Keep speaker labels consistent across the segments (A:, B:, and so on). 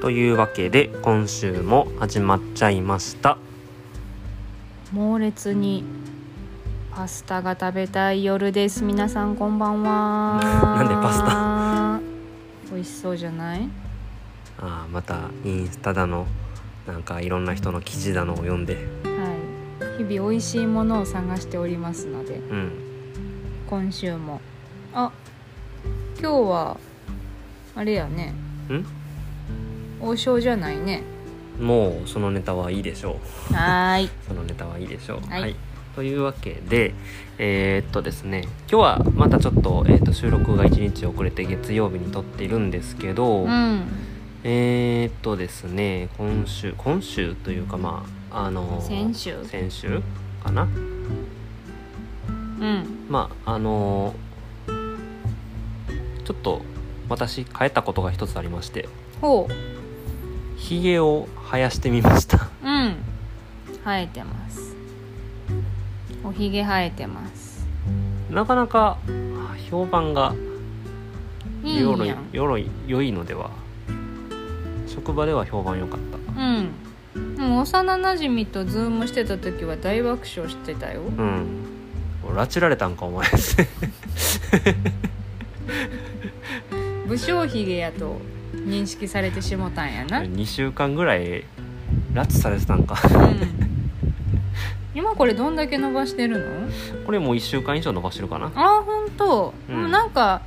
A: というわけで今週も始まっちゃいました
B: 猛烈にパスタが食べたい夜です皆さんこんばん は
A: なんでパス
B: タ美味しそうじゃない
A: あーまたインスタだのなんかいろんな人の記事だのを読んで
B: はい日々美味しいものを探しておりますので
A: うん
B: 今週もあ今日はあれやね王将じゃないね
A: もうそのネタはいいでしょう
B: はーい
A: そのネタはいいでしょう。
B: はい
A: というわけで、えーっとですね、今日はまたちょっと,、えーっと収録が1日遅れて月曜日に撮っているんですけど、
B: うん
A: えーっとですね、今週、今週というか、まあ、あの
B: 先週
A: 先週かな、
B: うん
A: まあ、あのちょっと私、変えたことが一つありまして、
B: ほう
A: ひげを生やしてみました。
B: うん生えてますおひげ生えてます
A: なかなか評判が
B: い
A: よ
B: い
A: ろい
B: やん
A: よろい良いのでは職場では評判良かった
B: うんでも幼なじみとズームしてた時は大爆笑してたよ
A: うん拉致られたんかお前
B: 武将ひげやと認識されてしもたんや な、うん、
A: 2週間ぐらい拉致されてたんか
B: 今これどんだけ伸ばしてるの
A: これもう1週間以上伸ばしてるかな
B: ああほんと、
A: うん
B: でもなんか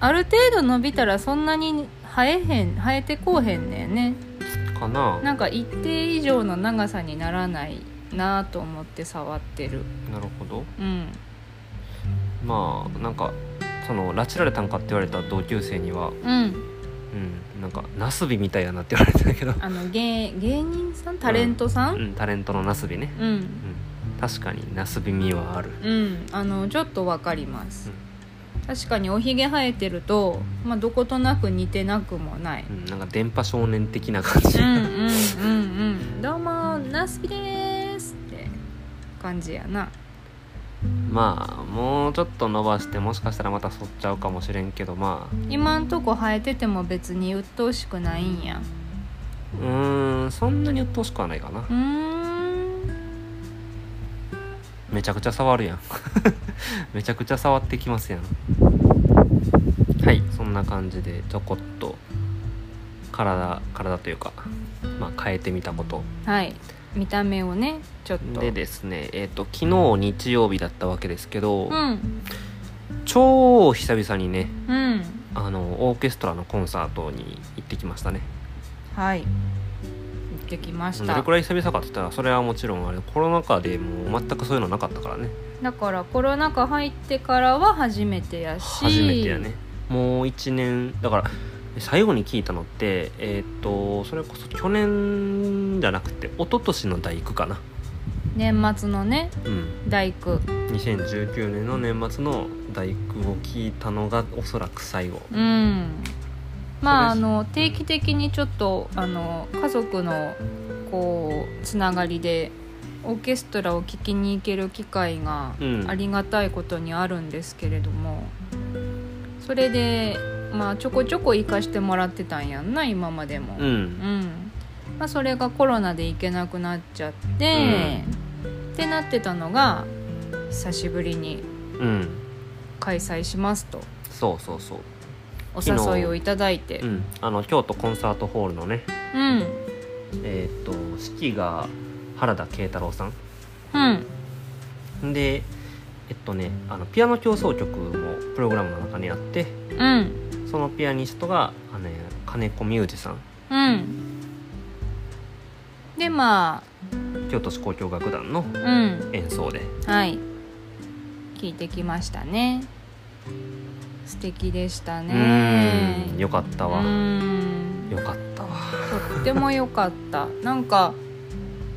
B: ある程度伸びたらそんなに生えへん生えてこうへんねんね
A: かなな
B: なんか一定以上の長さにならないなと思って触ってる
A: るほど
B: うん
A: まあなんかその拉致られたんかって言われた同級生には
B: うん
A: うんなんかナスビみたいやなって言われたけど
B: あの芸芸人さんタレントさ
A: うんんタレントのナスビね
B: うん、うん
A: うん確かにナスビ味はある
B: あのちょっとわかります
A: うん、
B: 確かにおひげ生えてると、まあ、どことなく似てなくもない
A: うんなんか電波少年的な感じ、
B: うんうんうんうんどうもナスビですって感じやな
A: まあもうちょっと伸ばしてもしかしたらまた剃っちゃうかもしれんけどまあ
B: 今んとこ生えてても別に鬱陶しくないんや
A: うーんそんなに鬱陶しくはないかな
B: うーん
A: めちゃくちゃ触るやん めちゃくちゃ触ってきますやんはいそんな感じでちょこっと体体というか、まあ、変えてみたこと
B: はい見た目をねちょっと
A: でですねえっ、と昨日日曜日だったわけですけど、
B: うん
A: 超久々にね
B: うん
A: あのオーケストラのコンサートに行ってきましたね
B: はい行ってきまし
A: どれ
B: た
A: くらい久々かって言ったらそれはもちろんあれコロナ禍でもう全くそういうのなかったからね
B: だからコロナ禍入ってからは初めてやし
A: 初めてやねもう1年だから最後に聞いたのってえーっとそれこそ去年じゃなくて一昨年の大工かな
B: 年末のね
A: うん
B: 大工
A: 2019年の年末の大工を聞いたのがおそらく最後
B: うんまああ
A: そうです
B: の定期的にちょっとあの家族のこうつながりでオーケストラを聴きに行ける機会が
A: うん
B: ありがたいことにあるんですけれども、それで、まあ、ちょこちょこ行かしてもらってたんやんな今までも。
A: う
B: うんまあ、それがコロナで行けなくなっちゃって、ってなってたのが久しぶりに
A: うん
B: 開催しますと
A: そうそうそう、
B: お
A: 昨日
B: 誘いをいただいて。
A: うん、あの京都コンサートホールのね
B: うん
A: えーっと指揮が原田慶太郎さん
B: うん
A: でえっとねあのピアノ協奏曲もプログラムの中にあって
B: うん
A: そのピアニストがあのね金子ミュージさん
B: うんでま
A: 京都市交響楽団の
B: あうん
A: 演奏で
B: はい聞いてきましたね素敵でした
A: う
B: ね
A: ーんよかった
B: う
A: わ
B: ん
A: よかったわ
B: とっても良かったなんか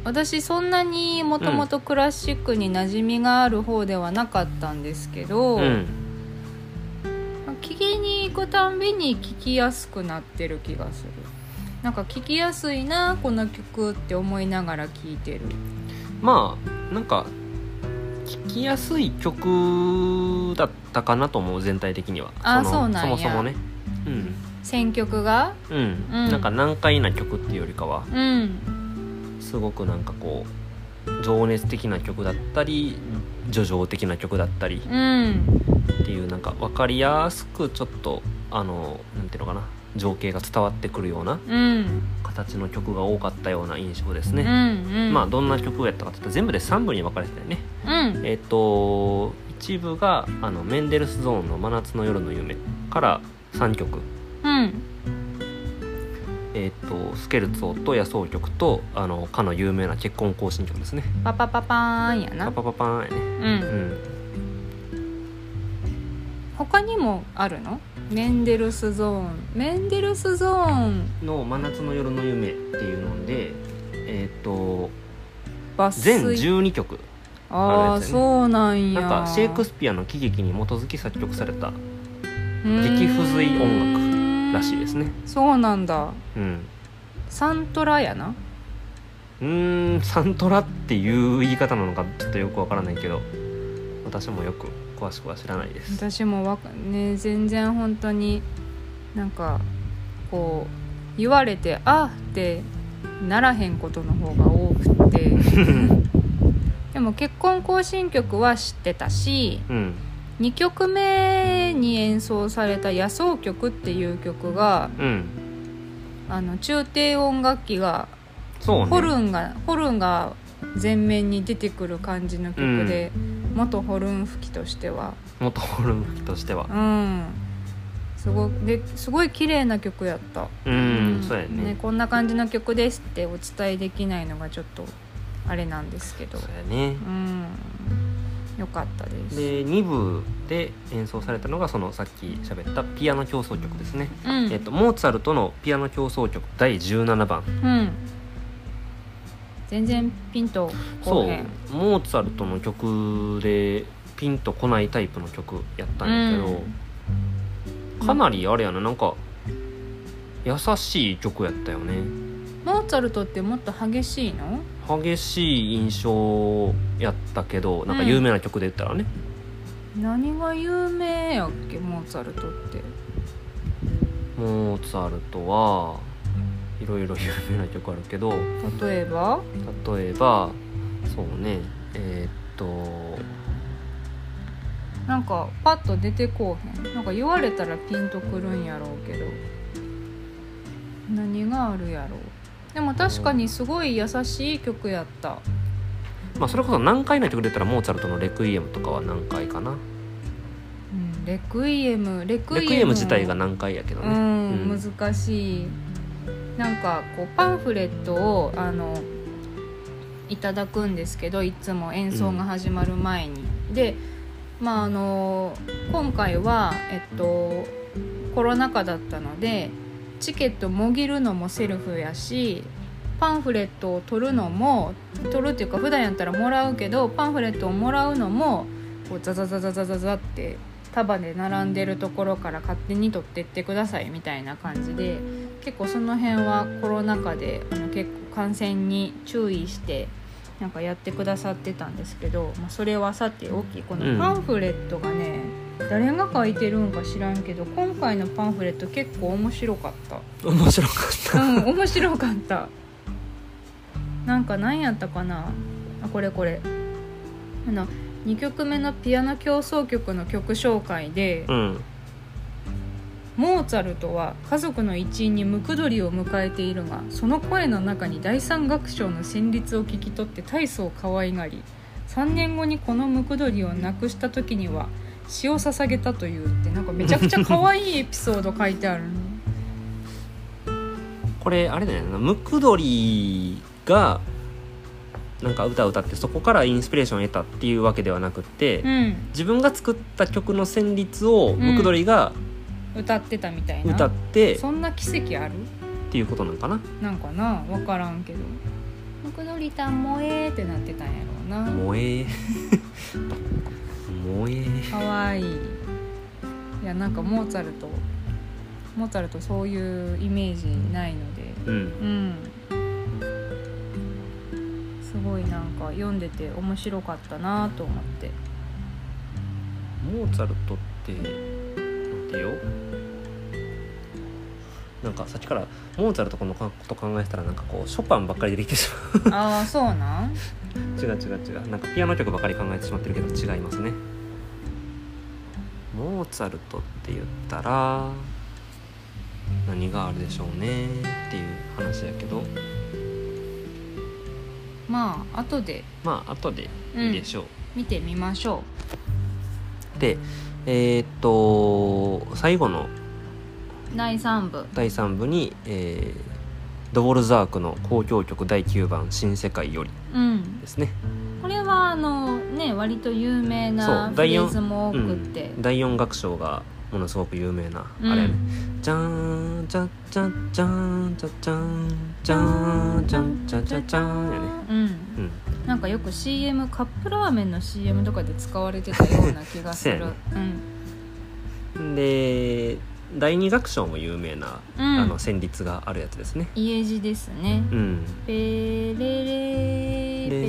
B: 私そんなにもともとクラシックに馴染みがある方ではなかったんですけど、
A: うん
B: 聞きに行くたんびに聞きやすくなってる気がするなんか聞きやすいなこの曲って思いながら聴いてる
A: まあなんか聞きやすい曲だったかなと思う全体的には
B: あー
A: の
B: そうなんや
A: そもそもねうん
B: 選曲が
A: うん、
B: うん
A: なんか難解な曲っていうよりかは
B: うん
A: すごくなんかこう情熱的な曲だったり叙情的な曲だったり
B: うん
A: っていうなんか分かりやすくちょっとあのなんていうのかな情景が伝わってくるような
B: うん
A: 形の曲が多かったような印象です
B: うんう
A: ね、
B: ん
A: まあどんな曲やったかって言ったら全部で3部に分かれてたよね
B: うん
A: えっ、と一部があのメンデルスゾーンの「真夏の夜の夢」から3曲
B: うん
A: えっ、とスケルツォと野草曲とあのかの有名な結婚行進曲ですね
B: パパパパーンや
A: パ
B: な
A: パパパーンやね
B: う
A: うんん
B: 他にもあるのメンデルスゾーンメンデルスゾーン
A: の「真夏の夜の夢」っていうのでえっ、と
B: 抜粋
A: 全12曲
B: あ
A: ある
B: あ
A: やつやね
B: そうなんや
A: なんかシェイクスピアの喜劇に基づき作曲された激不随音
B: 楽
A: らしいです
B: ね
A: ね
B: そうなんだ
A: うん
B: サントラやな
A: うーんサントラっていう言い方なのかちょっとよくわからないけど私もよく詳しくは知らないです
B: 私もわかね全然本当になんかこう言われてあってならへんことの方が多くてでも結婚行進曲は知ってたし
A: うん
B: 2曲目に演奏された「野草曲」っていう曲が
A: うん
B: あの中低音楽器が
A: そう
B: ホ
A: ね
B: ルンがホルンが前面に出てくる感じの曲で、元ホルン吹きとしては
A: 元ホルン吹きとしては
B: うんすごですごい綺麗な曲やった、
A: う
B: うん
A: そうやね
B: こんな感じの曲ですってお伝えできないのがちょっとあれなんですけど
A: そうやね
B: うんよかったです
A: で2部で演奏されたのがそのさっき喋ったピアノ競争曲ですね、
B: うん、
A: えっと、モーツァルトのピアノ競争曲第17番
B: うん全然ピンとこ
A: そう
B: へん
A: モーツァルトの曲でピンとこないタイプの曲やったんやけど、
B: うん
A: かなりあれやななんか優しい曲やったよね
B: モーツァルトってもっと激しいの
A: 激しい印象やったけどなんか有名な曲で言ったらね、
B: 何が有名やっけモーツァルトって
A: モーツァルトはいろいろ有名な曲あるけど
B: 例えば
A: 例えばそうねえーっと
B: なんかパッと出てこうへんなんか言われたらピンとくるんやろうけど何があるやろうでも確かにすごい優しい曲やった
A: まあそれこそ難解な曲で言ったらモーツァルトの「レクイエム」とかは難解かな
B: うんレクイエムレク
A: レ
B: イエム
A: クイエム自体が難解やけどね、
B: うん、
A: うん
B: 難しいなんかこうパンフレットをあのいただくんですけどいつも演奏が始まる前に、でまああの今回はえっとコロナ禍だったのでチケットもぎるのもセルフやしパンフレットを取るのも取るっていうか普段やったらもらうけどパンフレットをもらうのもこうザザザザザザザって束で並んでるところから勝手に取ってってくださいみたいな感じで結構その辺はコロナ禍であの結構感染に注意してなんかやってくださってたんですけど、まあ、それはさておきこ
A: うん
B: のパンフレットがね、誰が書いてるんか知らんけど今回のパンフレット結構面白かった。
A: 面白かった
B: うん面白かったなんか何やったかなあこれこれあの2曲目のピアノ協奏曲の曲紹介で
A: うん
B: モーツァルトは家族の一員にムクドリを迎えているがその声の中に第三楽章の旋律を聞き取って大層可愛がり3年後にこのムクドリを亡くした時には詩を捧げたというってなんかめちゃくちゃ可愛いエピソード書いてあ るの
A: これあれだよなムクドリがなんか歌を歌ってそこからインスピレーションを得たっていうわけではなくって、
B: うん
A: 自分が作った曲の旋律をムクドリが
B: 歌ってたみたいな
A: 歌ってっ
B: そんな奇跡ある
A: ていうことなんかな、
B: なんかな分からんけど「ムクドリタン萌え」ってなってたんやろうな
A: 萌え 萌え
B: かわいいいやなんかモーツァルトモーツァルトそういうイメージないので
A: うん
B: うんすごいなんか読んでて面白かったなと思 って
A: モーツァルトって待てよなんかさっきからモーツァルトのこと考えてたらなんかこうショパンばっかり出てきてしま
B: ああそうなん
A: う違う違う違うなんかピアノ曲ばかり考えてしまってるけど違いますねモーツァルトって言ったら何があるでしょうねっていう話やけど
B: まあ後で
A: まあ後でいいでしょう、
B: 見てみましょ
A: でえーっと最後の
B: う第3部
A: 第3部に、えードボルザークの交響曲第9番「新世界より
B: うん」
A: ですね
B: これはあのね割と有名な
A: そう
B: フ
A: 第
B: レ
A: 四
B: ーズも多くって
A: うん、第4楽章がものすごく有名な、
B: うん
A: あれやね「じゃーんじゃんじゃんじゃんじゃんじゃんじゃんじゃんじゃんじゃんじゃん」やね
B: うん
A: うん
B: なんかよく CM カップラーメンの CM とかで使われてたような気がする
A: せやね
B: うん
A: で第2楽章も有名な、
B: うん
A: あの旋律があるやつですね
B: 家路ですね
A: うん
B: ペレレ
A: レ
B: ペ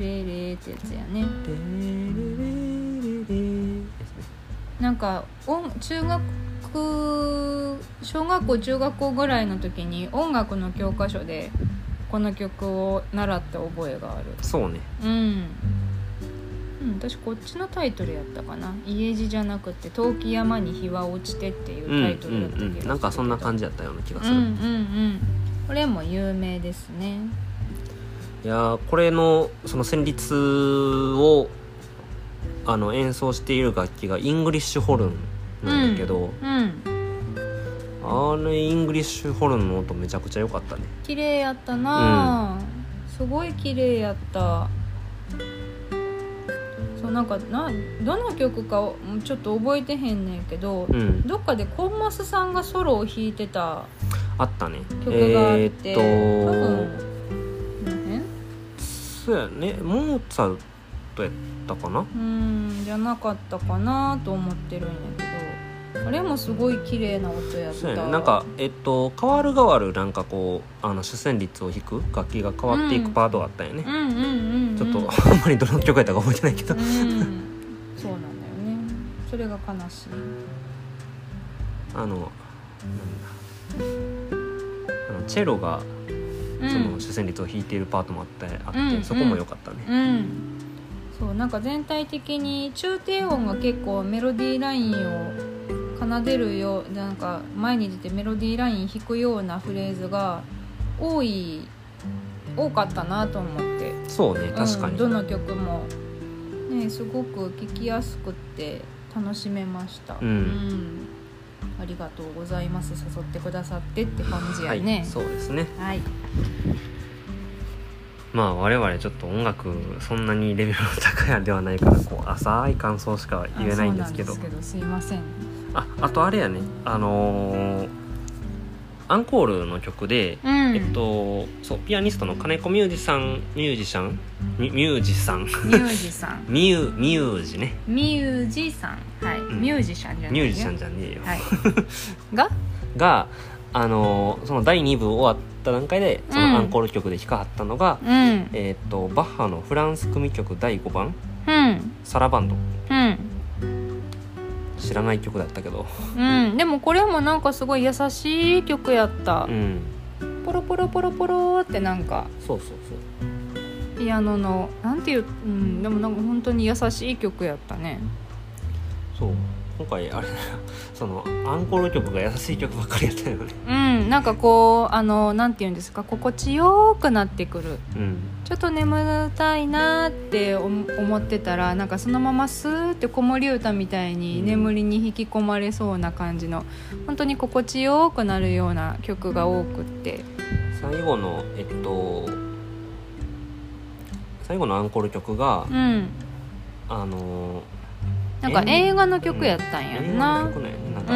B: レレってやつやね
A: でですね
B: なんか音中学小学校中学校ぐらいの時に音楽の教科書でこの曲を習った覚えがある
A: そうね
B: うん、うん、私こっちのタイトルやったかな「家路じゃなくて遠き山に日は落ちて」っていううんタイトルだった
A: う
B: けど、
A: んうんなんかそんな感じだったような気がす
B: うん
A: る、
B: うんうんこれも有名ですね
A: いやーこれのその旋律をあの演奏している楽器がイングリッシュホルンなんだけど、
B: うん
A: あのイングリッシュホルンの音めちゃくちゃ良かったね
B: 綺麗やったなあ、すごい綺麗やったそうなんかなどの曲かをもうちょっと覚えてへんねんけど、
A: うん
B: どっかでコンマスさんがソロを弾いてた
A: あったね
B: 曲があって、
A: えー、
B: 多
A: っと
B: 分この辺
A: そうやねモーツァルトやったかな
B: うーんじゃなかったかなと思ってるんやけどあれもすごい綺麗な音やっ
A: そ
B: た
A: うやねなんかえっと変わる変わるなんかこうあの主旋律を弾く楽器が変わっていくパートがあったよね
B: う、んうんうん、うん、
A: ちょっとあんまりどの曲やったか覚えてないけど
B: うんそうなんだよねそれが悲 しい
A: あのなんだあのチェロがその主旋律を弾いているパートもあって,、あ
B: う
A: っ
B: ん
A: てそこも良かったね、
B: うん、うん、そうなんか全体的に中低音が結構メロディーラインを奏でるようなんか前に出てメロディーライン弾くようなフレーズが多い多かったなと思って
A: そうね確か
B: うん
A: に、
B: どの曲も、ね、すごく聴きやすくって楽しめました、
A: うん
B: んありがとうございます誘ってくださってって感じや
A: はい、
B: ね
A: そうですね
B: はい、
A: まあ我々ちょっと音楽そんなにレベルの高いではないからこう浅い感想しか言えないんですけど
B: あそうなんですいません
A: ああとあれやねあのーアンコールの曲で、
B: うん
A: えっとそうピアニストの金子ミュージさんミュージシャンミミュージさん
B: ミュージさん
A: ミューミュージね
B: ミュージさんはい、
A: ん
B: ミュージシャンじゃない
A: ミュージシャン
B: じ
A: じゃねえよ、
B: ゃはいが
A: があのーその第2部終わった段階でそ
B: うん
A: のアンコール曲で弾かはったのが、
B: うん
A: えーっとバッハのフランス組曲第5番
B: うん
A: 「サラバンド
B: うん」
A: 知らない曲だったけど、
B: うん、でもこれもなんかすごい優しい曲やった、
A: うん、
B: ポロポロポロポロってなんか
A: そうそうそう
B: ピアノのなんていう、うん、でもなんか本当に優しい曲やったね
A: そう今回あれだな そのアンコール曲が優しい曲ばっかりやったよね
B: うんなんかこうあのなんていうんですか心地よくなってくる
A: うん
B: ちょっと眠たいなって思思ってたらなんかそのままスーって子守歌みたいに
A: うん
B: 眠りに引き込まれそうな感じの本当に心地よくなるような曲が多くって
A: 最後のえっと最後のアンコール曲が、
B: うん
A: あのー
B: なんか
A: え
B: 映画の曲やったんや
A: 映
B: ん
A: 画の
B: な
A: 曲なんやねなん
B: う
A: か、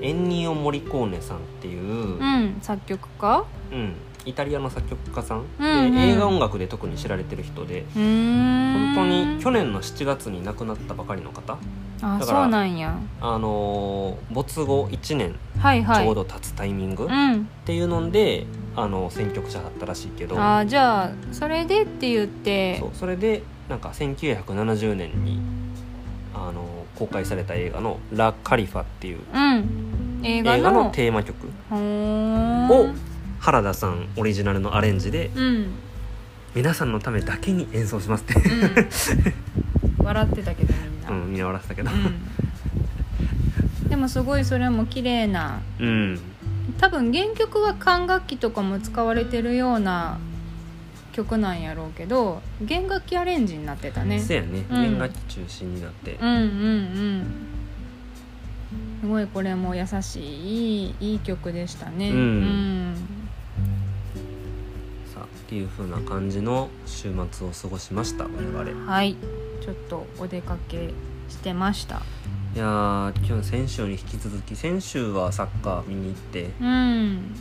B: ん
A: エンニオ・モリコーネさんっていう、
B: うん作曲家
A: うんイタリアの作曲家さん、
B: うんうん
A: で映画音楽で特に知られてる人で
B: うーん
A: 本当に去年の7月に亡くなったばかりの方
B: あ
A: だ
B: そ
A: から
B: うなんや
A: あのー没後1年
B: はい
A: ち
B: はい
A: ょうど経つタイミング、
B: う
A: っ
B: ん
A: ていうのであの選曲者だったらしいけど
B: あーじゃあそれでって言って
A: そうそれでなんか1970年にあの公開された映画の「ラ・カリファ」っていう
B: うん映画の
A: 映画のテーマ曲
B: ほーん
A: を原田さんオリジナルのアレンジで
B: うん、うん、
A: 皆さんのためだけに演奏しますって
B: 笑ってたけどみんな、
A: うん見直らせたけど
B: うんでもすごいそれも綺麗な
A: うん
B: 多分原曲は管楽器とかも使われてるような曲なんやろうけど弦楽器アレンジになってたね
A: そうやね
B: うん
A: 弦楽器中心になって
B: うんうんうんすごいこれも優しいいいいい曲でしたね
A: うんさあっていう風な感じの週末を過ごしました我々
B: うんはいちょっとお出かけしてました
A: いやー今日先週に引き続き先週はサッカー見に行って
B: うん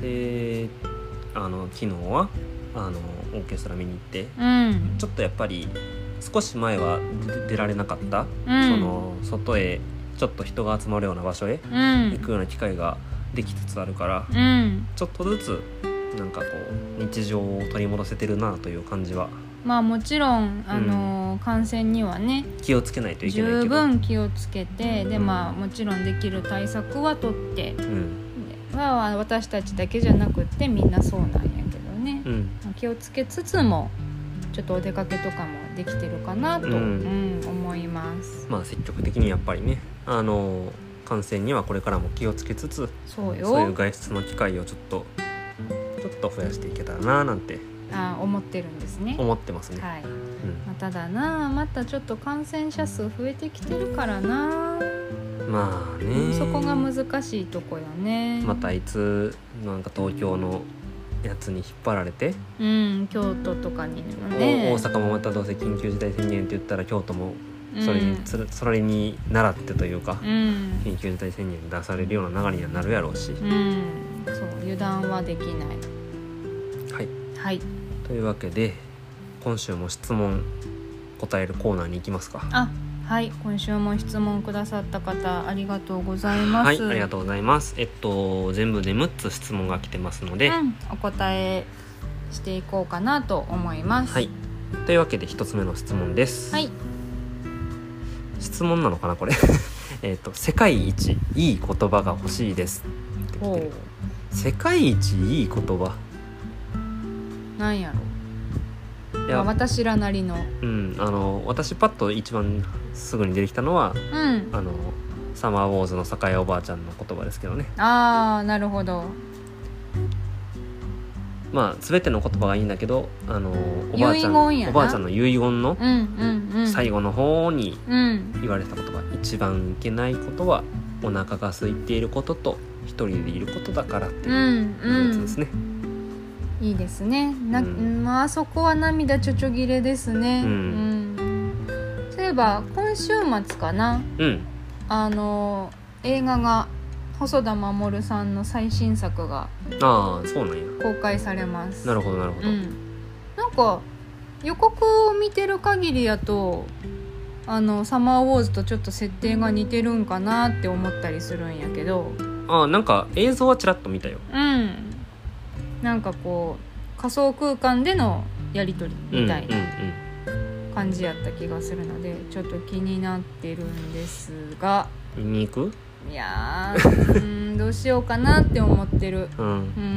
A: であの昨日はあのオーケストラ見に行って
B: うん
A: ちょっとやっぱり少し前は出出られなかった、
B: うん
A: その外へちょっと人が集まるような場所へ
B: うん
A: 行くような機会ができつつあるから、
B: うん
A: ちょっとずつなんかこう日常を取り戻せてるなという感じは
B: まあもちろんあのー、感染にはね
A: 気をつけないといけない
B: 十
A: けど、
B: 分気をつけてでまあもちろんできる対策は取って
A: うん
B: まあ私たちだけじゃなくってみんなそうなんやけどね
A: う、ん、
B: まあ気をつけつつもちょっとお出かけとかもできてるかなと、
A: うん
B: うん思います
A: まあ積極的にやっぱりねあの感染にはこれからも気をつけつつ
B: そうよ
A: そういう外出の機会をちょっとちょっと増やしていけたらななんて
B: あ思ってるんですね。
A: 思ってますね、
B: はい、
A: う
B: まあただなまたちょっと感染者数増えてきてるからな、
A: ん、まあね
B: そこが難しいとこよね
A: またいつなんか東京のやつに引っ張られて、
B: うん京都とかにも
A: お
B: ね
A: 大阪もまたどうせ緊急事態宣言って言ったら京都もそれ
B: う
A: に
B: ん
A: つら、それに倣ってというか、
B: うん、
A: 緊急事態宣言出されるような流れにはなるやろうし、
B: うん、そう油断はできない
A: はい
B: はい
A: というわけで今週も質問答えるコーナーに行きますか
B: あはい今週も質問くださった方ありがとうございます
A: はいありがと
B: う
A: うございますえっと全部で6つ質問が来てますので、
B: ん、お答えしていこうかなと思います
A: はいというわけで1つ目の質問です、
B: はい
A: 質問なのかなこれ えっと世界一いい言葉が欲しいですって来て
B: ほ
A: る世界一いい言葉
B: うなんやろ
A: い
B: まあ
A: や、
B: 私らなりの
A: うんあの私パッと一番すぐに出てきたのは
B: うん
A: あのサマーウォーズの栄おばあちゃんの言葉ですけどね
B: ああなるほど
A: まあ全ての言葉がいいんだけどあのおばあちゃ
B: 遺
A: ん
B: 言やな
A: おばあちゃんの遺言の
B: うんうんうん
A: 最後の方に
B: うん
A: 言われた言葉、一番いけないことはお腹が空いていることと一人でいることだからって
B: う
A: いうんや
B: う
A: つ
B: ん
A: ですね、
B: いいですねな、
A: うん
B: まあそこは涙ちょちょぎれですね
A: う
B: うんそういえば今週末かな
A: うん
B: あの映画が細田守さんの最新作が
A: ああそうなんや
B: 公開されます
A: なるほどなるほど、
B: うん、なんか予告を見てる限りやとあのサマーウォーズとちょっと設定が似てるんかなって思ったりするんやけど
A: ああなんか映像はちらっと見たよ
B: うんなんかこう仮想空間でのやり取りみたい
A: うん
B: な
A: うんうん
B: 感じやった気がするのでちょっと気になってるんですが
A: 見に行く
B: いやーう ーんどうしようかなって思ってる
A: うん、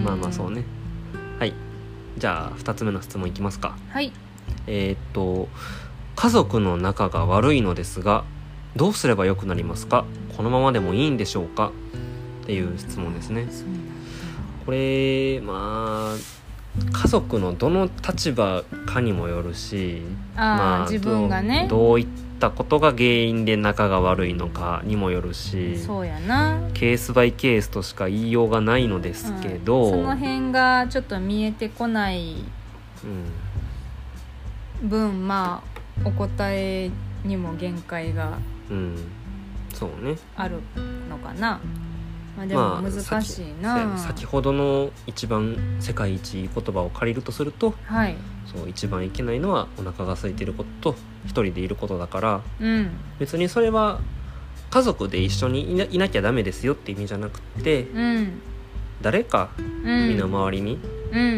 B: ん
A: まあまあそうねはいじゃあ2つ目の質問いきますか
B: はい
A: えーっと家族の仲が悪いのですがどうすれば良くなりますかこのままでもいいんでしょうかっていう質問ですね
B: そうなんだ
A: これまあ家族のどの立場かにもよるし
B: あー、
A: ま
B: 自分がね
A: どうどういったことが原因で仲が悪いのかにもよるし
B: そうやな
A: ケースバイケースとしか言いようがないのですけど、
B: うんその辺がちょっと見えてこない
A: うん
B: 分まあお答えにも限界が
A: うんそうね
B: あるのかな、まあ、でも難しいな、
A: 先先ほどの一番世界一いい言葉を借りるとすると
B: はい
A: そう一番いけないのはお腹が空いてることと一人でいることだから
B: うん
A: 別にそれは家族で一緒にいないなきゃダメですよって意味じゃなくって
B: うん
A: 誰か
B: うん
A: 身の回りに
B: うんう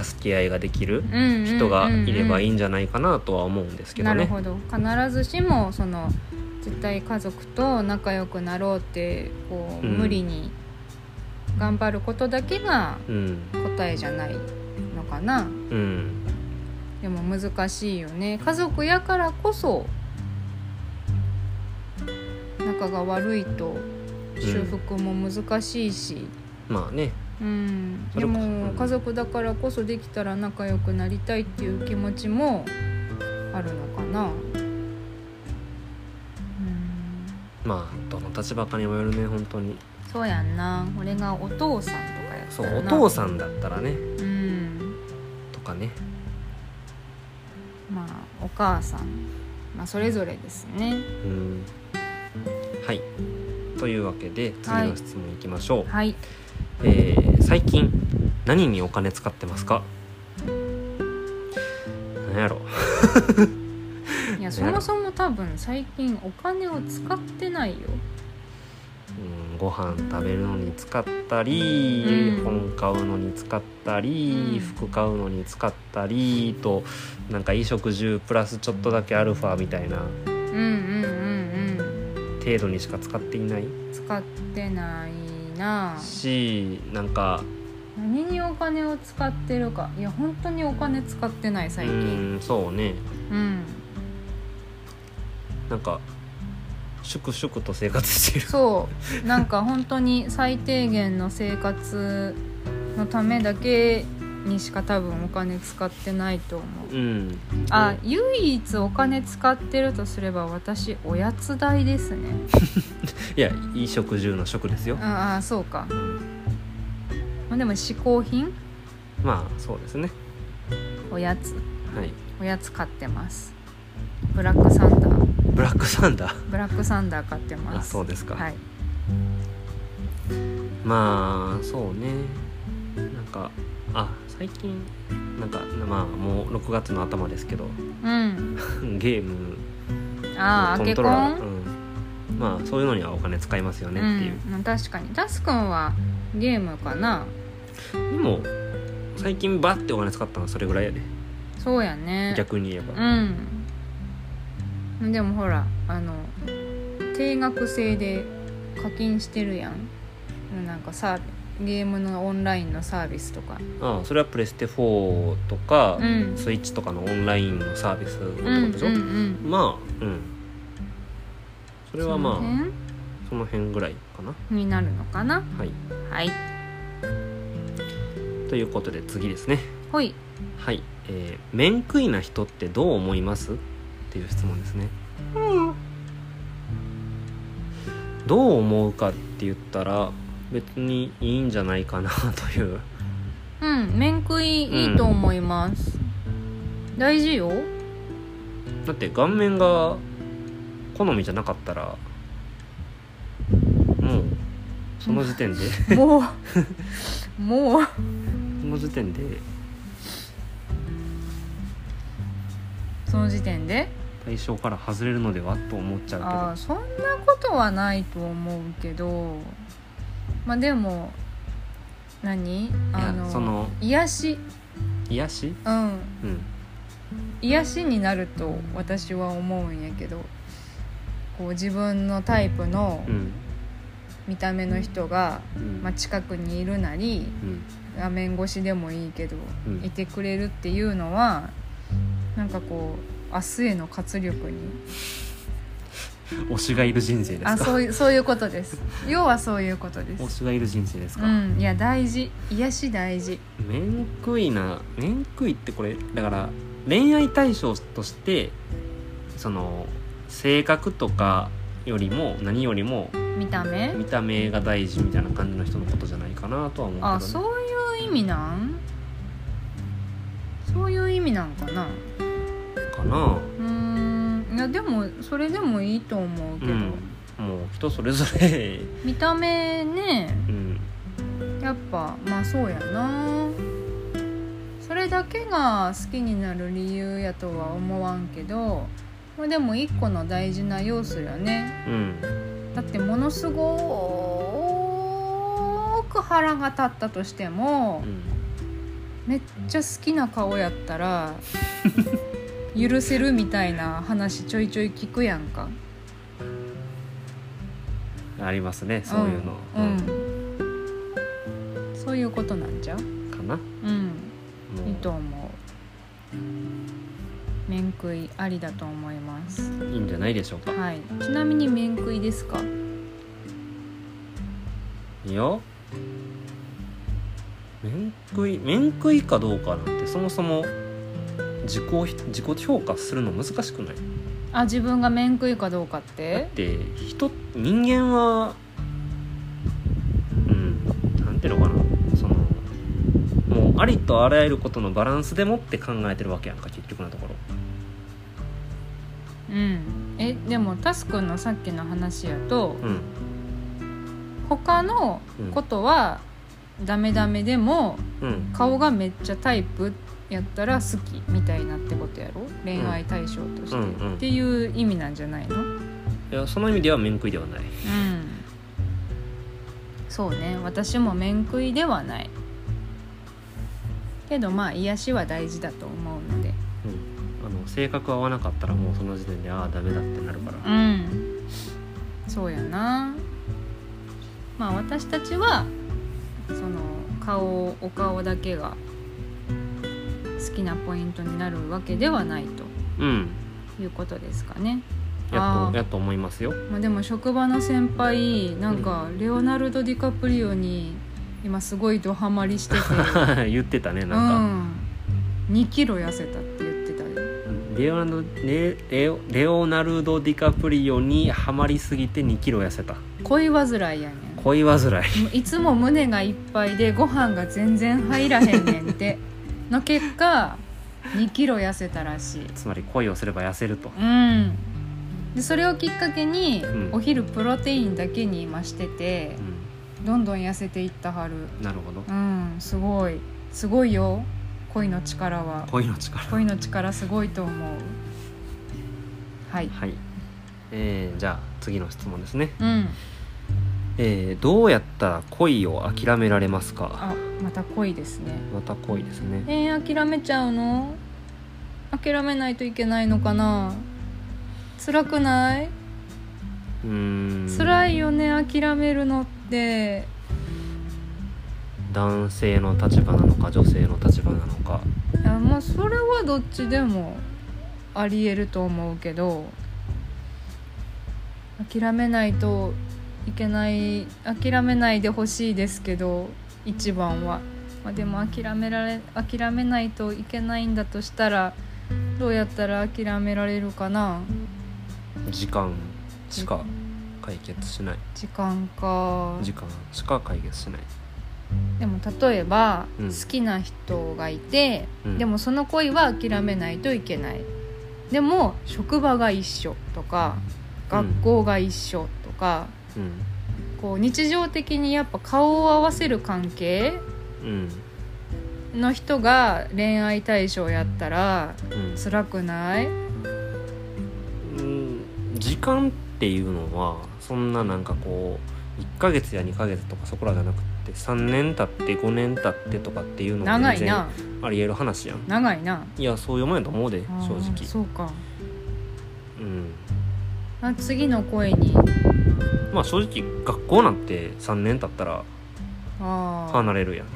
B: ん
A: 助け合いができる
B: うんうんうん
A: 人がいればいい
B: ん
A: んじゃないかなとは思うんですけど
B: なる
A: ね。
B: ほど必ずしもその絶対家族と仲良くなろうってこう
A: うん
B: 無理に頑張ることだけが
A: うん
B: 答えじゃないのかな
A: うん
B: でも難しいよね家族やからこそ仲が悪いと修復も難しいし、
A: まあね
B: うん、
A: そ
B: で
A: れこそ
B: も
A: うん
B: 家族だからこそできたら仲良くなりたいっていう気持ちもあるのかな。うん
A: まあどの立場かにもよるね本当に
B: そうやんな俺がお父さんとかやった
A: そ
B: ら
A: うお
B: な
A: 父さんだったらね
B: うん
A: とかね
B: まあお母さんまあそれぞれですね
A: うんはいというわけで次の質問いきましょう、
B: はい
A: えー最近何にお金使ってますか何やろ
B: いやそもそも多分最近お金を使ってないよ
A: うんご飯食べるのに使ったり、
B: うん
A: 本買うのに使ったり、
B: うん
A: 服買うのに使ったりとなんか衣食住プラスちょっとだけアルファみたいな
B: うんうんうんうん
A: 程度にしか使っていない
B: 使ってないな
A: しなんか
B: 何にお金を使ってるかいや本当にお金使ってない最
A: う
B: 近
A: んそうね
B: うん
A: なんか粛々と生活してる
B: そうなんか本当に最低限の生活のためだけにしか多分お金使ってないと思う
A: うん
B: あ唯一お金使ってるとすれば私おやつ代ですね
A: いや衣食住の食ですよ
B: ああそうかまあでも嗜好品
A: まあそうですね
B: おやつ
A: はい
B: おやつ買ってますブラックサンダー
A: ブラックサンダー
B: ブラックサンダー買ってま
A: あ
B: す
A: そうですか、
B: はい
A: まあそうねなんかあ最近なんかまあもう6月の頭ですけど
B: うん
A: ゲーム
B: ああ
A: コン
B: あけ
A: ト
B: コ
A: ローラー、
B: ン
A: うん、まあそういうのにはお金使いますよねっていう、
B: うん、確かにダスくんはゲームかな
A: でも最近バッてお金使ったのはそれぐらいやで
B: そうやね
A: 逆に言えば、
B: うんでもほらあの定額制で課金してるやんなんかさゲームのオンラインのサービスとか
A: ああそれはプレステ4とか、
B: うん
A: スイッチとかのオンラインのサービスの
B: う
A: とこ
B: んうんう
A: とでしょ、
B: ん
A: まあうんそれはまあ
B: その辺
A: その辺ぐらいかな
B: になるのかな
A: はい
B: はい
A: ということで次ですね
B: ほい
A: はい、えー、面食いな人ってどう思いますっていう質問ですねどう思うかって言ったら別にいいんじゃないかなという
B: うん面食いいいと思います、大事よ
A: だって顔面が好みじゃなかったらもうその時点で
B: もうもう
A: その時点で
B: その時点で
A: 対象から外れるのではと思っち
B: あ
A: ゃ
B: ー
A: う
B: そんなことはないと思うけどまあでも何
A: けどい
B: あ
A: や
B: の
A: その
B: 癒し
A: 癒し、
B: うん
A: うん、
B: 癒しになると私は思うんやけどこう自分のタイプの
A: うん
B: 見た目の人が、
A: うん
B: まあ、近くにいるなり
A: うん
B: 画面越しでもいいけど、
A: うん
B: いてくれるっていうのはなんかこう明日への活力に
A: 推しがいる人生ですか
B: あそういうそういうことです要はそういうことです
A: 推しがいる人生ですか、
B: うんいや大事癒し大事
A: 面食いな面食いってこれだから恋愛対象としてその性格とかよりも何よりも
B: 見た目
A: 見た目が大事みたいな感じの人のことじゃないかなとは思うけど、ね、
B: あそういう意味なんそういう意味なんかな
A: かな
B: うーんいやでもそれでもいいと思うけ
A: う
B: ど、
A: んもう人それぞ れ
B: 見た目ね
A: うん
B: やっぱまあそうやなそれだけが好きになる理由やとは思わんけどまあでも一個の大事な要素やね
A: うん
B: だってものすごく腹が立ったとしても
A: うん
B: めっちゃ好きな顔やった ら許せるみたいな話ちょいちょい聞くやんか
A: ありますねそういうの、
B: うんうんそういうことなんじゃう
A: うんかなも
B: うん
A: う
B: いいと思う面食いありだと思います
A: いいんじゃないでしょうか、
B: はいちなみに面食いですか
A: い、や面食い面食いかどうかなんてそもそも自己自己評価するの難しくない
B: あ自分が面食いかどうかっ
A: だってて人人間はうんなんていうのかなそのもうありとあらゆることのバランスでもって考えてるわけやんか結局のところ
B: うんえでもタスくんのさっきの話やと
A: うん
B: 他のことはダメダメでも
A: うん
B: 顔がめっちゃタイプやったら好きみたいなってことやろ恋愛対象として、
A: うんうん
B: っていう意味なんじゃないのうん
A: いやその意味では面食いではない
B: そうね私も面食いではないけどまあ癒しは大事だと思うので
A: うん、あの性格合わなかったらもうその時点でああダメだってなるから、
B: うんそうやなまあ私たちはその顔お顔だけが好きなポイントになるわけではないと
A: うん、
B: いうことですかね
A: や
B: あ
A: っ
B: ー
A: とやっと思いますよ
B: まあ、でも職場の先輩なんかレオナルド・ディカプリオに今すごいドハマ りしてて
A: 言ってたねなんか、
B: うん、2キロ痩せたって言ってたよ
A: レオナルドレレオレオナルド・ディカプリオにはまりすぎて2キロ痩せた
B: 恋煩いやねん
A: 恋煩い
B: もういつも胸がいっぱいでご飯が全然入らへんねんって の結果2キロ痩せたらしい
A: つまり恋をすれば痩せると
B: うんでそれをきっかけに、
A: うん
B: お昼プロテインだけに今してて
A: う
B: どんどん痩せていったはる
A: んなるほど
B: うんすごいすごいよ恋の力は
A: 恋の力
B: 恋の力すごいと思うはい
A: はいえー、じゃあ次の質問ですね、
B: うん
A: えー、どうやったら恋を諦められますか
B: あまた恋ですね
A: また恋ですね
B: えー、諦めちゃうの諦めないといけないのかな辛くないう
A: ーん
B: 辛いよね諦めるのって
A: 男性の立場なのか女性の立場なのか
B: いやまあそれはどっちでもありえると思うけど諦めないといけない諦めないでほしいですけど一番は、まあ、でも諦められ諦めないといけないんだとしたらどうやったら諦められるかな
A: 時間しか解決しない
B: 時間か
A: 時間しか解決しない
B: でも例えば、
A: うん
B: 好きな人がいて、
A: うん
B: でもその恋は諦めないといけないでも職場が一緒とか
A: うん
B: 学校が一緒とか、
A: うん
B: こう日常的にやっぱ顔を合わせる関係
A: うん
B: の人が恋愛対象やったら辛くない
A: うん、うん、時間っていうのはそんななんかこう1ヶ月や2ヶ月とかそこらじゃなくて3年経って5年経ってとかっていうのも
B: 長
A: 全
B: い
A: 然あ
B: な
A: りえる話やん
B: 長いない
A: やそういうもんやと思うで
B: あー
A: 正直
B: そうか
A: うん
B: あ次の恋に
A: まあ正直学校なんて3年経ったら
B: ああ
A: 離れるやん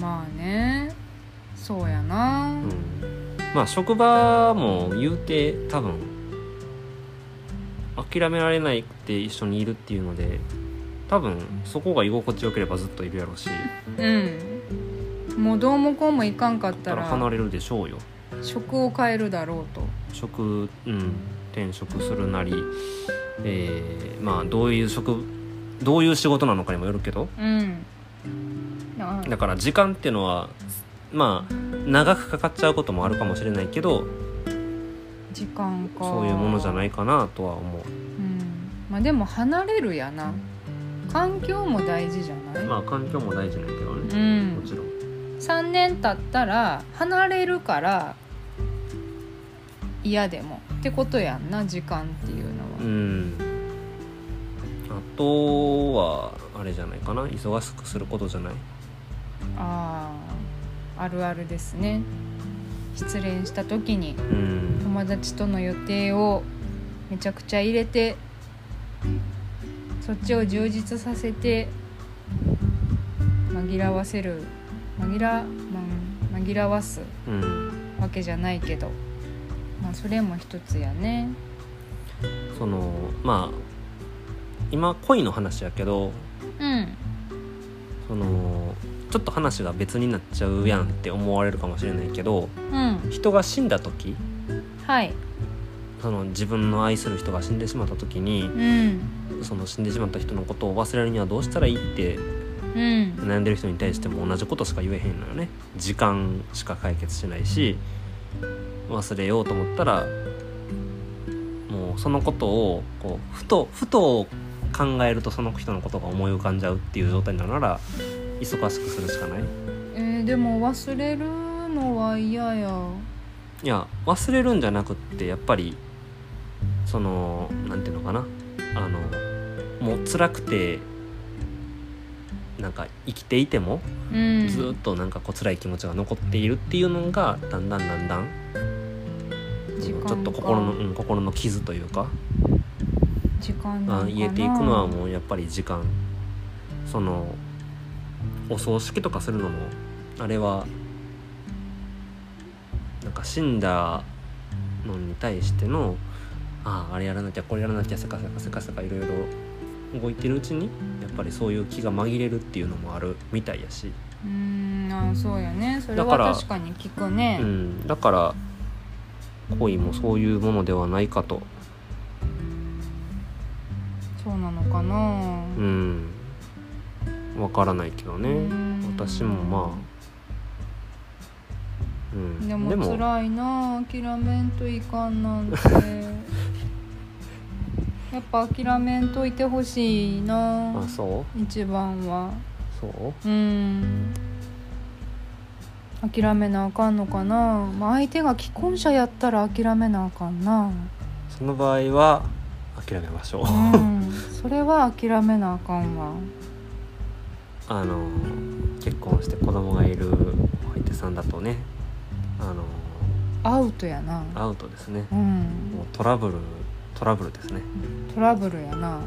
B: まあねそうやな、
A: まあ職場も言うて多分諦められないって一緒にいるっていうので多分そこが居心地よければずっといるやろうしだ
B: うんもうどうもこうもいかんかった
A: から
B: ら
A: 離れるでしょうよ
B: 職を変えるだろうと
A: 職うん転職するなりえーまあどういう職どういう仕事なのかにもよるけど
B: うんあ
A: だから時間っていうのはまあ長くかかっちゃうこともあるかもしれないけど
B: 時間か、
A: そういうものじゃないいかなとは思
B: うん、まあでも離れるやな環境も大事じゃな
A: う
B: い、
A: まあ環境も大事なんやけど
B: う
A: ねも
B: ん
A: ちろん
B: 3年経ったら離れるから嫌でもってことやんな時間っていうのは
A: うんあとはあれじゃないかな忙しくすることじゃない
B: あああるあるですね失恋した時に
A: うん
B: 友達との予定をめちゃくちゃ入れてそそっちを充実させて紛らわせる紛ら、まあ紛らわす
A: うん
B: わけじゃないけど、まあ、それも一つやね。
A: そのまあ今恋の話やけど
B: うん
A: そのちょっと話が別になっちゃうやんって思われるかもしれないけど
B: うん
A: 人が死んだ時
B: はい
A: その自分の愛する人が死んでしまった時に
B: うん
A: その死んでしまった人のことを忘れるにはどうしたらいいって
B: うん
A: 悩んでる人に対しても同じことしか言えへんのよね時間しか解決しないし忘れようと思ったらもうそのことをこうふとふと考えるとその人のことが思い浮かんじゃうっていう状態になるなら忙しくするしかない
B: えーでも忘れるのは嫌や
A: いや忘れるんじゃなくってやっぱりそのなんていうのかなあのもう辛くてなんか生きていても
B: うん
A: ずーっとなんかこう辛い気持ちが残っているっていうのがだんだんだんだんうん
B: 時間
A: ちょっと心の、
B: か
A: うん、心の傷というか
B: 時間
A: が
B: なんかな
A: 癒えていくのはもうやっぱり時間そのお葬式とかするのもあれはなんか死んだのに対してのあああれやらなきゃこれやらなきゃせかせかせかせかいろいろ動いてるうちにやっぱりそういう気が紛れるっていうのもあるみたいやし、
B: うーんあそうやねそれ
A: だか
B: は
A: ら
B: 確かに聞くね
A: うん、だから恋もそういうものではないかと、
B: そうなのかな
A: うん、わからないけどね。
B: うん
A: 私もまあうん
B: でも辛いな諦めんといかん なんてやっぱ諦めんといてほしいな
A: あそう
B: 一番は
A: そう
B: うん諦めなあかんのかな、まあ、相手が既婚者やったら諦めなあかんな
A: その場合は諦めましょう
B: うんそれは諦めなあかんわ
A: あの結婚して子供がいるお相手さんだとねあの
B: アウトやな
A: アウトですね
B: うん
A: もうトラブルトラブルですね、
B: トラブルやな
A: うん、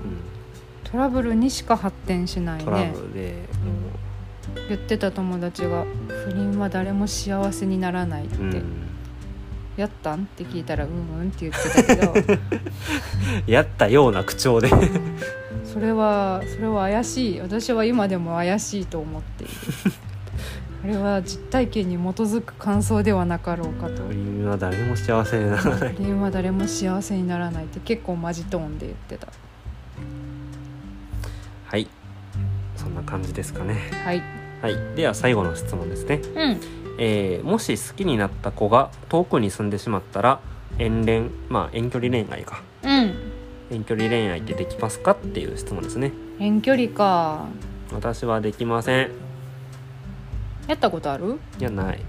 B: トラブルにしか発展しない
A: トラ
B: ね
A: ブルで、
B: 言ってた友達が「不倫は誰も幸せにならない」って
A: もう、うん
B: 「やったん?」って聞いたら「うんうん」って言ってた けど
A: やったような口調で
B: それはそれは怪しい私は今でも怪しいと思っているあれは実体験に基づく感想ではなかろうかと
A: 不倫は誰も幸せにならない
B: 不倫は誰も幸せにならないって結構マジトーンで言ってた
A: はいそんな感じですかね
B: はい
A: はいでは最後の質問ですね
B: うん
A: えーもし好きになった子が遠くに住んでしまったら遠恋まあ遠距離恋愛か
B: うん
A: 遠距離恋愛ってできますかっていう質問ですね
B: 遠距離か
A: 私はできません
B: やったことある
A: いやない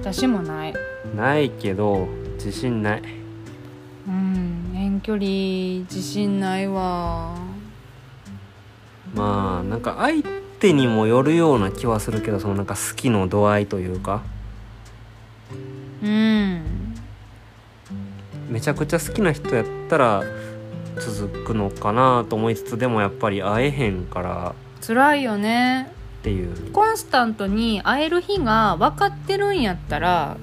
B: 私もない
A: ないけど自信ない
B: うん遠距離自信ないわ
A: まあなんか相手にもよるような気はするけどそのなんか好きの度合いというか
B: うん
A: めちゃくちゃ好きな人やったら続くのかなと思いつつでもやっぱり会えへんから
B: 辛いよね
A: っていう
B: コンスタントに会える日が分かってるんやったら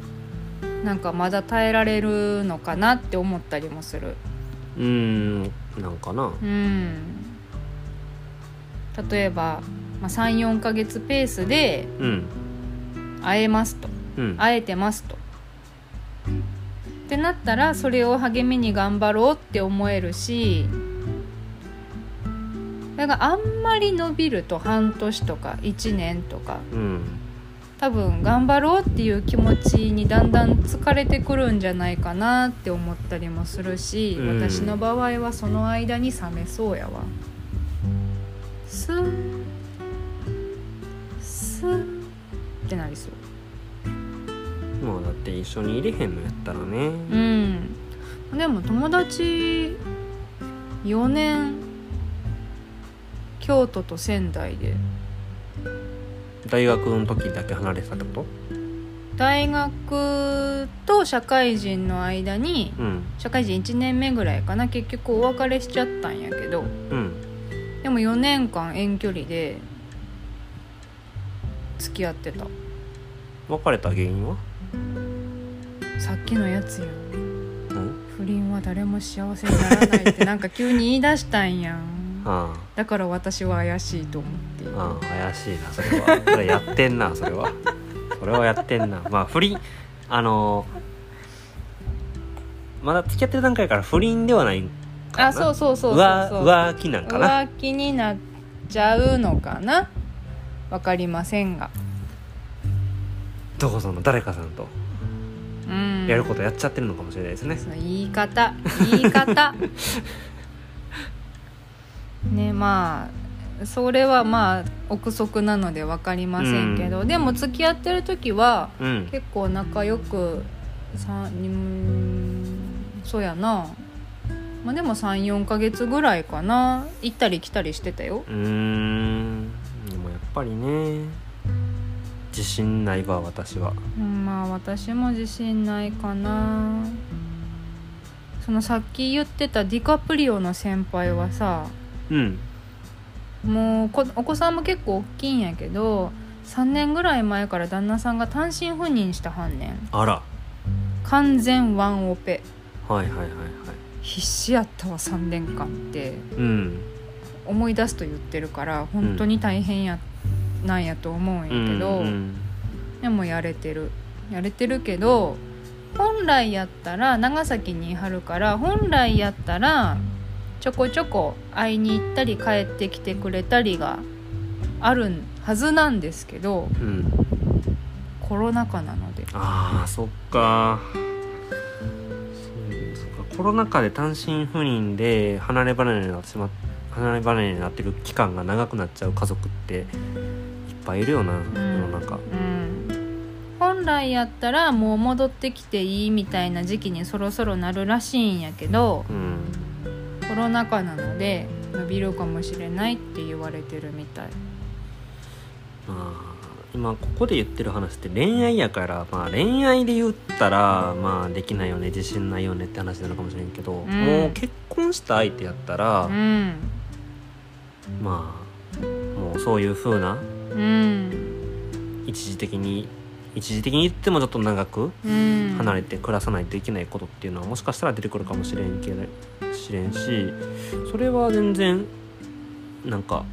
B: なんかまだ耐えられるのかなって思ったりもする
A: うーんなんかな
B: うん例えば、まあ、34ヶ月ペースで
A: うん
B: 会えますと
A: うん
B: 会えてますとってなったらそれを励みに頑張ろうって思えるしだからあんまり伸びると半年とか1年とか
A: うん
B: 多分頑張ろうっていう気持ちにだんだん疲れてくるんじゃないかなって思ったりもするし、
A: うん
B: 私の場合はその間に冷めそうやわスースーってなりそう
A: まあだって一緒に入れへんのやったらね、
B: うんでも友達4年京都と仙台で
A: 大学の時だけ離れてたってこ
B: 大学と社会人の間に
A: とうん
B: 社会人1年目ぐらいかな結局お別れしちゃったんやけど
A: うん
B: でも4年間遠距離で付き合ってた
A: 別れた原因は
B: さっきのやつや
A: 何
B: 不倫は誰も幸せにならないってなんか急に言い出したんやん
A: あ
B: だから私は怪しいと思ってい
A: あ
B: る
A: ああ怪しいなそれはそれやってんなそれはそれはやってんなまあ不倫あのーまだ付き合ってる段階から不倫ではないんかな
B: あそうそうそうそう
A: 浮
B: そう
A: 浮気なんかな
B: 浮気になっちゃうのかなわかりませんが
A: どこその誰かさんと
B: うん
A: やることやっちゃってるのかもしれないですね、
B: その言い方言 い方ねまあそれはまあ憶測なので分かりませんけど、でも付き合ってる時は
A: うん
B: 結構仲良くさんうんそうやな、まあ、でも34ヶ月ぐらいかな行ったり来たりしてたよ
A: うーんでもやっぱりね自信ないわ私は
B: うんまあ私も自信ないかなそのさっき言ってたディカプリオの先輩はさ
A: うん
B: もうこお子さんも結構大きいんやけど3年ぐらい前から旦那さんが単身赴任したはんねん
A: あら
B: 完全ワンオペ
A: はいはいはいはい
B: 必死やったわ3年間って
A: うん
B: 思い出すと言ってるから本当に大変や、なんやと思うんやけど、
A: うんうん
B: でもやれてるやれてるけど本来やったら長崎にいはるから本来やったらちょこちょこ会いに行ったり帰ってきてくれたりがあるはずなんですけど
A: うん、
B: コロナ禍なので
A: あーそっかそうそっかコロナ禍で単身赴任で離れ離れになってしまっ離れ離れになってる期間が長くなっちゃう家族っていっぱいいるよな、世の中
B: うん、本来やったらもう戻ってきていいみたいな時期にそろそろなるらしいんやけど
A: うん
B: コロナ禍なので伸びるかもしれないって言われてるみたい
A: まあ今ここで言ってる話って恋愛やから、まあ、恋愛で言ったら、まあ、できないよね自信ないよねって話なのかもしれんけど、
B: ん
A: もう結婚した相手やったら、
B: うん
A: まあもうそういう風な
B: うん
A: 一時的に一時的に言ってもちょっと長く
B: うん
A: 離れて暮らさないといけないことっていうのはもしかしたら出てくるかもしれんけどしれんしそれは全然なんか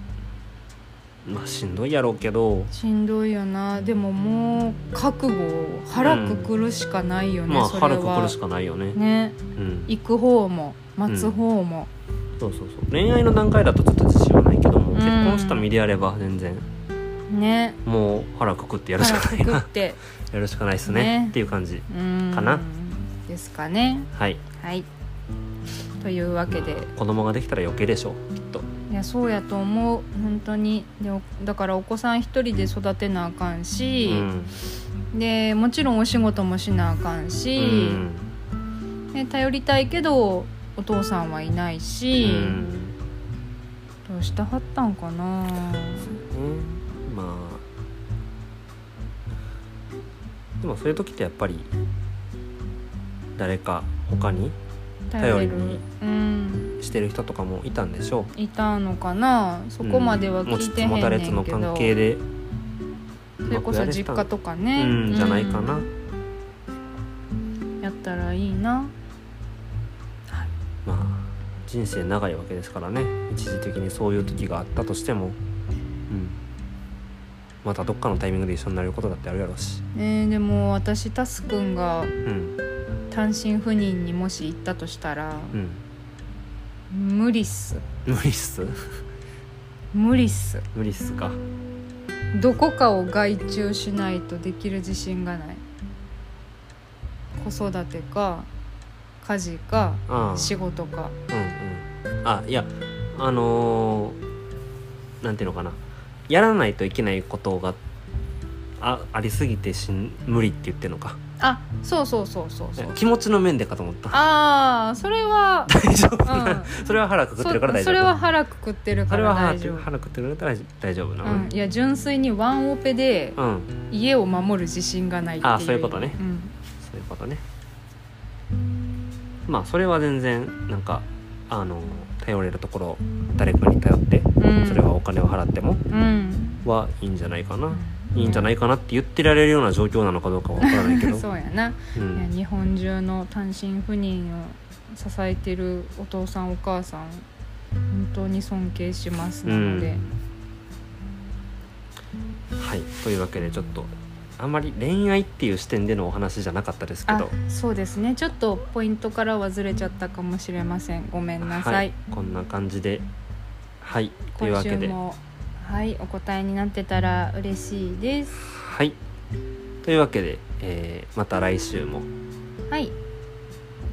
A: まあしんどいやろうけど
B: しんどいよなでももう覚悟を腹くくるしかないよね、
A: まあ
B: それ
A: 腹くく
B: は
A: るしかないよね。
B: ね
A: うん、
B: 行く方も待つ方も、
A: そうそうそう恋愛の段階だとちょっと自信はないけども、
B: うん
A: 結婚した身であれば全然
B: ね
A: もう腹くくってやるし
B: 腹
A: かな
B: く
A: い
B: く
A: な
B: って
A: やるしかないですね
B: ね
A: っていう感じ
B: うん
A: かな
B: ですかね
A: はい
B: はいというわけで、
A: まあ子供ができたら余計でしょうきっと
B: いやそうやと思う本当にでおだからお子さん一人で育てなあかん
A: う
B: し、
A: ん
B: でもちろんお仕事もしなあかん
A: う
B: し、
A: ん
B: で頼りたいけどお父さんはいないし、
A: うん
B: どうしたはったんかな
A: うんまあでもそういう時ってやっぱり誰か他に頼りに
B: うん
A: してる人とかもいたんでしょう
B: いたのかなそこまでは聞いてへん
A: 持ちつ持たれ
B: ね
A: つ
B: ん
A: の
B: けど、
A: 関係で
B: それこそ実家とかね、
A: うんじゃないかな、
B: うんやったらいいな
A: まあ人生長いわけですからね一時的にそういう時があったとしても、うん、またどっかのタイミングで一緒になれることだってあるやろうし、
B: ねえでも私タスくんが
A: うん
B: 単身赴任にもし行ったとしたら
A: うん、
B: 無理っす
A: 無理っす
B: 無理っす
A: 無理っすか
B: どこかを外注しないとできる自信がない子育てか家事か
A: ああ
B: 仕事か
A: うんうんあいやあのーなんていうのかなやらないといけないことがあありすぎてしん無理って言ってるのか
B: あそうそうそうそうそう
A: 気持ちの面でかと思 った
B: ああそれは
A: 大丈夫、
B: う
A: それは腹くくってるから大丈夫
B: そそれは腹くくってる
A: そ
B: か
A: れは
B: ら
A: 腹
B: 大
A: く
B: 丈夫
A: 腹くってるから大丈夫な
B: うん、いや純粋にワンオペで
A: うん
B: 家を守る自信がないっていう
A: あそういうことね
B: うん
A: そういうことねまあそれは全然なんかあの頼れるところ誰かに頼って
B: うん
A: それはお金を払っても
B: うん
A: はいいんじゃないかないいんじゃないかなって言ってられるような状況なのかどうかはわからないけど
B: そうやな、
A: う
B: いや
A: ん
B: 日本中の単身赴任を支えてるお父さんお母さん本当に尊敬します
A: う
B: なので
A: ん、はいというわけでちょっとあんまり恋愛っていう視点でのお話じゃなかったですけ
B: あ
A: ど
B: そうですねちょっとポイントからはずれちゃったかもしれませんごめんなさい、
A: はい、こんな感じではいというわけ
B: 今週
A: で
B: もはいお答えになってたら嬉しいです
A: はいというわけで、えーまた来週も
B: はい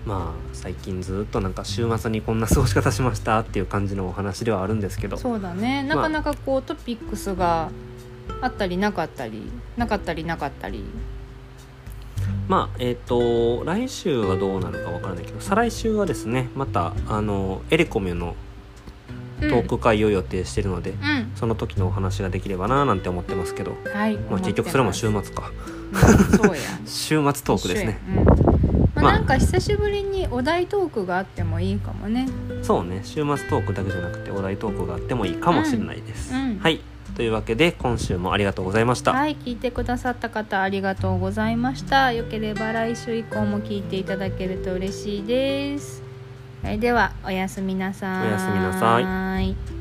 A: まあ最近ずっとなんか週末にこんな過ごし方しましたっていう感じのお話ではあるんですけど
B: そうだねな
A: まあ
B: かなかこうトピックスがあったりなかったりなかったりなかったり
A: まあえっ、と来週はどうなるかわからないけど再来週はですねまたあのエレコミュの
B: う
A: ト
B: ん
A: ーク会を予定してるので、
B: うん
A: その時のお話ができればなーなんて思ってますけど、
B: はい、
A: まあ、結局それも週
B: 末、
A: 末か
B: うんそうや
A: 週末 トークですね
B: 一緒やうんまあ、
A: まあ
B: なんか久しぶりにお題トークがあってもいいかもね
A: そうね週末トークだけじゃなくてお題トークがあってもいいかもしれないです、
B: うんうん
A: はいというわけで今週もありがとうございました、
B: はい聞いてくださった方ありがとうございましたよければ来週以降も聞いていただけると嬉しいですえーではおやすみなさーい
A: おやすみなさ
B: い